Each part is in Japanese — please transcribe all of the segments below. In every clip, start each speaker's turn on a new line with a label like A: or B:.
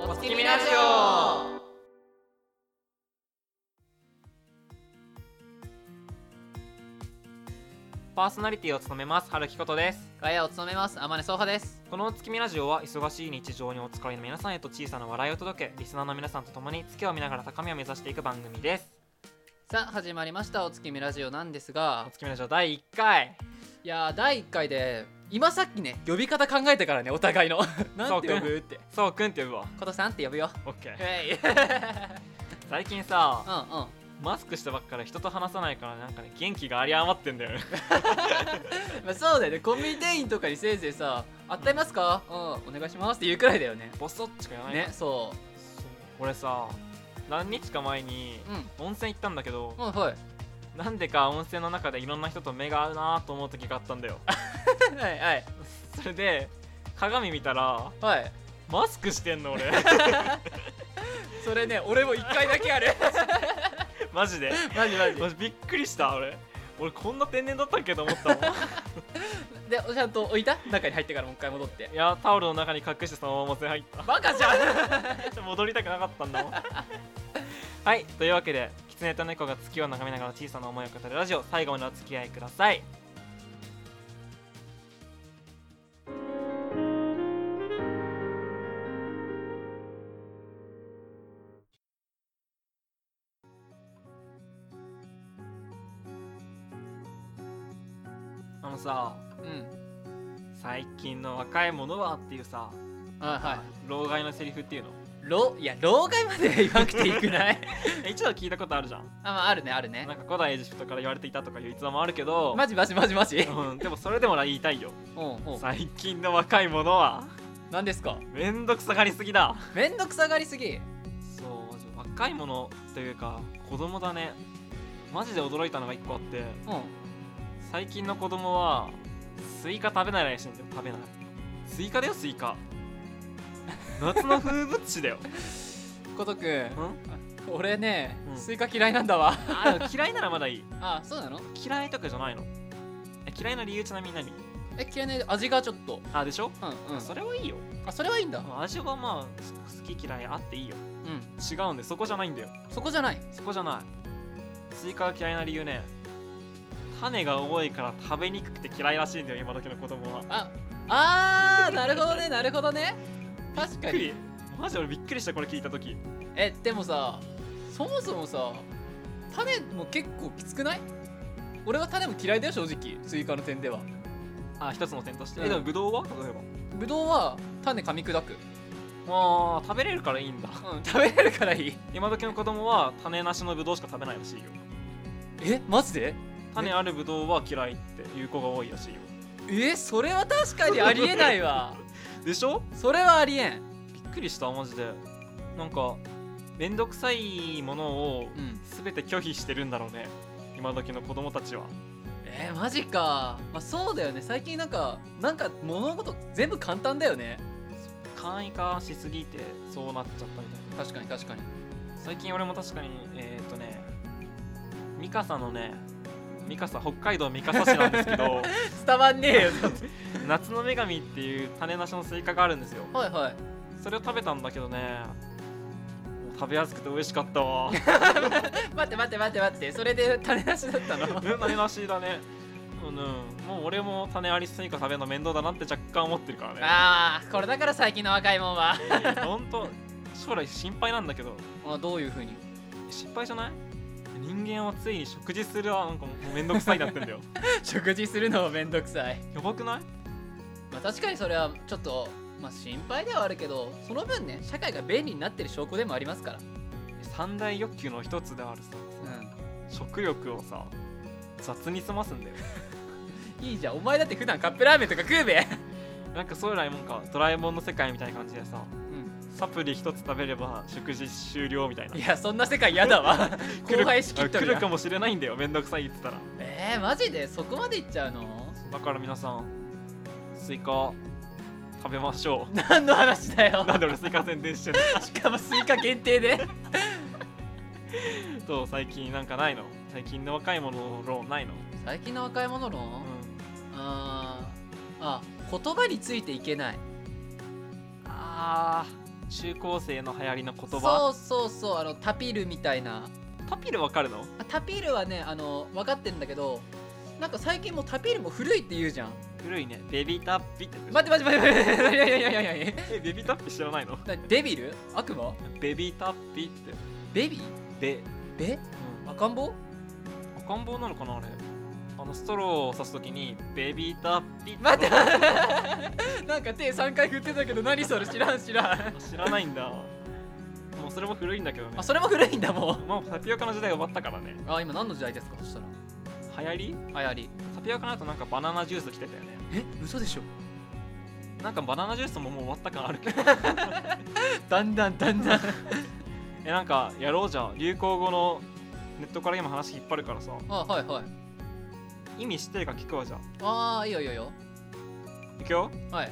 A: お月見ラジオパーソナリティを務めます春樹ことです
B: ガヤを務めます天音総派です
A: この月見ラジオは忙しい日常にお疲れの皆さんへと小さな笑いを届けリスナーの皆さんと共に月を見ながら高みを目指していく番組です
B: さあ始まりましたお月見ラジオなんですが
A: お月見ラジオ第1回
B: いやー第1回で今さっきね呼び方考えたからねお互いの なんて呼ぶって
A: そうくんって呼ぶわ
B: ことさんって呼ぶよ
A: オッケー
B: えい
A: 最近さ
B: うんうん
A: マスクしたばっかり人と話さないからなんかね元気があり余ってんだよね
B: まあ、そうだよねコンビニ店員とかにせいぜいさ「あったりますかうんお願いします」って言うくらいだよね
A: ボソッしか言わないから
B: ねそ
A: そう俺さ何日か前に
B: ううん
A: 温泉行ったんだけど、
B: うんはい
A: なんでか温泉の中でいろんな人と目が合うなと思う時があったんだよ
B: はいはい
A: それで鏡見たら
B: はい
A: マスクしてんの俺
B: それね俺も1回だけある
A: マジで
B: マジマジ
A: マジびっくりした俺俺こんな天然だったっけと思ったもん
B: でちゃんと置いた中に入ってからもう一回戻って
A: いやタオルの中に隠してそのまま温泉入っ
B: バカじゃん
A: た戻りたくなかったんだもんはいというわけでキツネと猫が月を眺めながら小さな思いを語るラジオ最後までお付き合いくださいあのさ
B: うん
A: 最近の若い者はっていうさ、
B: はいはい
A: 老害のセリフっていうの
B: 老いや老害までは言わなくていいく ない
A: え一度は聞いたことあるじゃん
B: あ、まあ、あるねあるね
A: なんか古代エジプトから言われていたとかいう逸話もあるけど、
B: マジマジマジマジ
A: うん、でもそれでもな言いたいよ
B: うんうん
A: 最近の若い者は
B: 何ですか
A: めんどくさがりすぎだ
B: めんどくさがりすぎ
A: そう若い者というか子供だねマジで驚いたのが一個あって
B: う
A: 最近の子供はスイカ食べないらしいんだよ食べないスイカだよスイカ夏の風物詩だよ、
B: んことくん
A: うん、
B: 俺ね、
A: うん
B: スイカ嫌いなんだわ
A: あでも嫌いならまだいい
B: あそうなの
A: 嫌いとかじゃないのえ嫌いな理由ちなみに何
B: え嫌いな味がちょっと
A: あでしょ、
B: うんうん
A: それはいいよ
B: あそれはいいんだ
A: 味がまあ好き嫌いあっていいよ
B: うん
A: 違うんでそこじゃないんだよ
B: そこじゃない
A: そこじゃないスイカが嫌いな理由ね種が多いから食べにくくて嫌いらしいんだよ今時の子供は
B: ああーなるほどねなるほどね確
A: び
B: か
A: っく
B: に
A: りマジ俺びっくりしたこれ聞いた時
B: えでもさそもそもさ種も結構きつくない俺は種も嫌いだよ正直スイカの点では
A: あ一つの点として、
B: うん
A: えでもブドウは例え
B: ぶどうは種噛み砕く、
A: ばあー食べれるからいいんだ
B: うん、食べれるからいい
A: 今時の子供は種なしのブドウしか食べないらしいよ
B: えマジで
A: 種あるブドウは嫌いっていう子が多いらしいよ
B: えそれは確かにありえないわ
A: でしょ
B: それはありえん
A: びっくりしたマジでなんかめんどくさいものを
B: うん
A: 全て拒否してるんだろうね今時の子供たちは
B: えー、マジか、まあ、そうだよね最近なんかなんか物事全部簡単だよね
A: 簡易化しすぎてそうなっちゃったみたい
B: 確かに確かに
A: な最近俺も確かにえーっ、とねミカサのねミカサ北海道ミカサ市なんですけど
B: 伝わんねえよ
A: 夏の女神っていう種なしのスイカがあるんですよ
B: はいはい
A: それを食べたんだけどねもう食べやすくて美味しかったわ
B: 待って待って待って待ってそれで種なしだった の
A: 種なしだねうん、もう俺も種ありスイカ食べるの面倒だなって若干思ってるからね
B: ああこれだから最近の若いもんは
A: 本当将来心配なんだけど
B: あどういうふうに
A: 心配じゃない人間はついに食事するはなんかもうめんどくさいなってんだよ
B: 食事するのもめんどくさい、
A: やばくない
B: まあ、確かにそれはちょっとまあ心配ではあるけどその分ね社会が便利になってる証拠でもありますから
A: 三大欲求の一つであるさ食欲をさ雑に済ますんだ
B: う
A: よ
B: んいいじゃんお前だって普段カップラーメンとか食うべ、
A: なんかそういうのはもんかドラえもんの世界みたいな感じでさ
B: う、
A: サプリ一つ食べれば食事終了みたいなん
B: いやそんな世界嫌だわ
A: 来
B: 後
A: る
B: 輩仕切っと
A: 来
B: る
A: る
B: やん
A: かもしれないんだよめんどくさいって言ってたら
B: えー、マジでそこまでいっちゃうの
A: だから皆さんスイカ食べましょう
B: 何の話だよ
A: なんで俺スイカ宣伝してる
B: しかもスイカ限定で
A: と最近なんかないの最近の若い者の論ないの
B: 最近の若い者論、
A: うん
B: あーあ言葉についていけない
A: あ中高生の流行りの言
B: そ
A: 葉
B: うそうそうあのタピルみたいな
A: タピルわかるの
B: あタピルはねあの分かってるんだけどなんか最近もうタピルも古いって言うじゃん
A: 古いねベビータッピって
B: 待って待って待って待っていやいやいやいやいやい
A: えベビータッピ知らないの
B: やデビル悪魔
A: ベビータッピって
B: ベビー
A: ベ
B: ベ
A: うん
B: 赤ん坊
A: 赤ん坊なのかなあれあのストローを刺すときにベビータッピって
B: 待ってなんか手3回振ってたけど何それ知らん知らん
A: 知らないんだもうそれも古いんだけどね
B: あそれも古いんだもん
A: もうタピオカの時代終わったからね
B: あ今何の時代ですかそしたら
A: 流行り
B: 流行り
A: タピオカの後なんかバナナジュース来てたよね
B: え嘘でしょ
A: なんかバナナジュースももう終わった感あるけ ど
B: だんだんだんだん
A: えなんかやろうじゃん流行語のネットから今話引っ張るからさ
B: あはいはい
A: 意味知ってるか聞くわじゃん
B: ああいいよいいよいいよ
A: いくよ
B: はい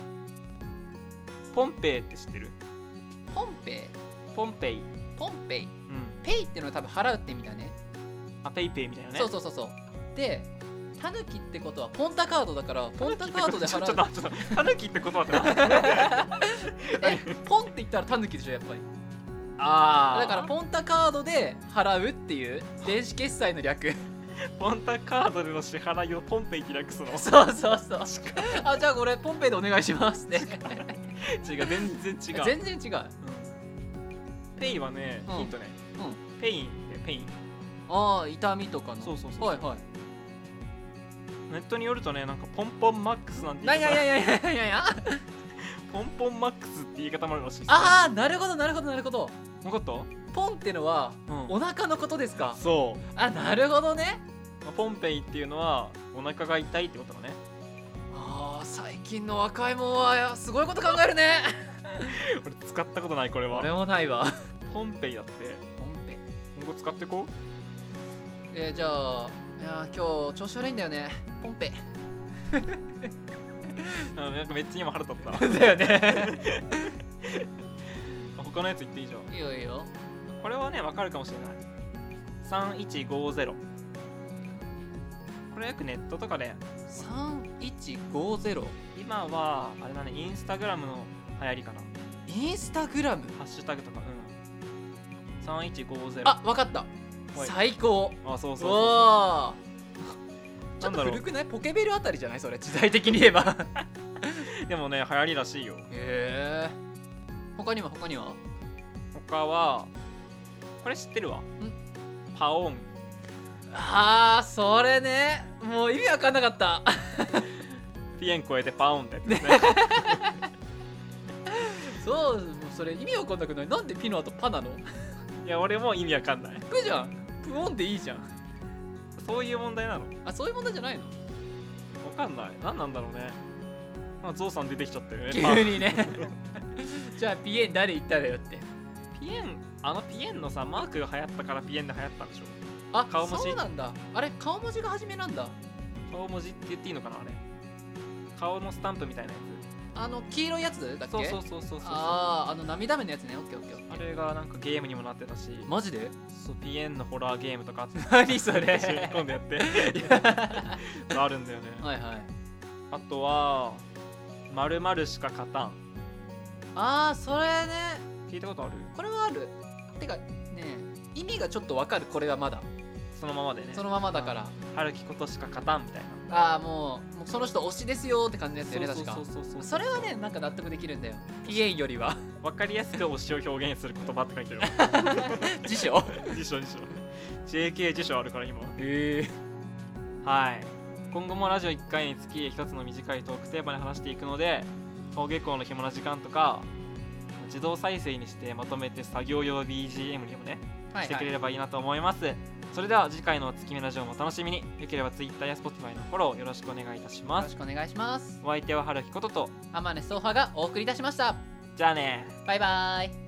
A: ポンペイって知ってる
B: ポンペイ
A: ポンペイ
B: ポンペイ
A: うん
B: ペイってのは多分払うって意味だね
A: あペイペイみたいなね
B: そうそうそうそうでタヌキってことはポンタカードだからポンタカードで
A: ちょ
B: 払
A: ちょっと
B: う
A: ちょっとタヌキって言葉ってな
B: えポンって言ったらタヌキでしょやっぱり
A: あ
B: だからポンタカードで払うっていう電子決済の略
A: ポンタカードでの支払いをポンペイって略す の
B: そうそうそう
A: 確か
B: あじゃあこれポンペイでお願いしますね
A: に違う全然違う
B: 全然違うあ
A: うんペイはね、
B: うん
A: ヒントね、ペインってペイン
B: あ痛みとかの
A: そうそうそう
B: はいはい
A: ネットによるとねなんかポンポンマックスなんて
B: な
A: 言い
B: いやい
A: 方
B: やいやいやいやいや
A: ポンポンマックスって言い方もあるらしいあ
B: ああなるほどなるほどなるほど
A: 分かった
B: ポンってのは
A: うん
B: お腹のことですか
A: そ
B: あなるほどね
A: うまあポンペイっていうのはお腹が痛いってことだね
B: あー最近の若いもんはすごいこと考える ね
A: 俺使ったことないこれ
B: 俺
A: は
B: もないわ
A: ポンペイだって
B: ポンペイ
A: 今後使ってこう
B: えー、じゃあいやー今日調子悪いんだよねポンペイ
A: うんなんかめっちゃ今腹立っ た
B: だよね
A: 他のやつ言っていいじゃん
B: いいよいいよ
A: これはね分かるかもしれない3150これよくネットとかで
B: 3150
A: 今はあれだねインスタグラムの流行りかな
B: インスタグラム
A: ハッシュタグとかうん3150
B: あわかった
A: はい
B: 最高
A: あそうそ
B: お
A: うそうそう
B: おーちょっ
A: なん
B: と
A: だろう
B: 古くないポケベルあたりじゃないそれ時代的に言えば
A: でもね流行りらしいよ
B: へえ他には他には
A: 他はこれ知ってるわパオン
B: あーそれねもう意味わかんなかった
A: ピエン超えてパオンってや つですね
B: そうもうそれ意味わかんなくないなんでピの後パなの
A: いや俺も意味わかんない
B: プじゃんプオンでいいじゃん
A: そういう問題なの
B: あそういう問題じゃないの
A: わかんない何なんだろうねまあゾウさん出てきちゃ ったよね
B: 急
A: パオン
B: にねじゃあピエン誰言ったのよって
A: ピエンあのピエンのさマークが流行ったからピエンで流行ったんでしょ
B: あ
A: 顔文字
B: そうなんだあれ顔文字が初めなんだ
A: 顔文字って言っていいのかなあれ顔のスタンプみたいなや
B: あの黄色いやつだっけ
A: つそうそうそうそうそうあ
B: あああの涙目のやつねオッケーオッケーオッケ
A: れがなんかゲームにもなってたし
B: ーマジで
A: そうピエンのホラーゲームとかあって
B: 何それ
A: 今度やって あるんだよね
B: はいはい
A: あとはまるまるしか勝たん
B: ああそれね
A: 聞いたことある
B: これはあるてかね意味がちょっとわかるこれはまだ
A: そのままでね
B: そのままだから
A: 春樹ことしか勝たんみたいな
B: ああもうもうその人推しですよって感じのやつ
A: そ
B: よ
A: う
B: ね
A: そう
B: 確か
A: そうそうそう
B: それはねなんか納得できるんだよピエンよりは
A: わかりやすく推しを表現する言葉って書いてるわ
B: 辞 書
A: 辞書辞書 JK 辞書あるから今
B: へえ
A: はい今後もラジオ1回につき1つの短いトークテーマで話していくので登下校の暇な時間とか自動再生にしてまとめて作業用 BGM にもね
B: はい
A: して
B: は
A: くれ
B: い
A: ればいいなと思います、それでは次回の月見ラジオもお楽しみによければ Twitter や Spotify のフォローよろしくお願いいたし
B: よ
A: ま
B: ろ
A: す
B: しくお願いします
A: お相手は春樹ことと
B: 天音ソファがお送り出しました
A: じゃあね
B: バイバイ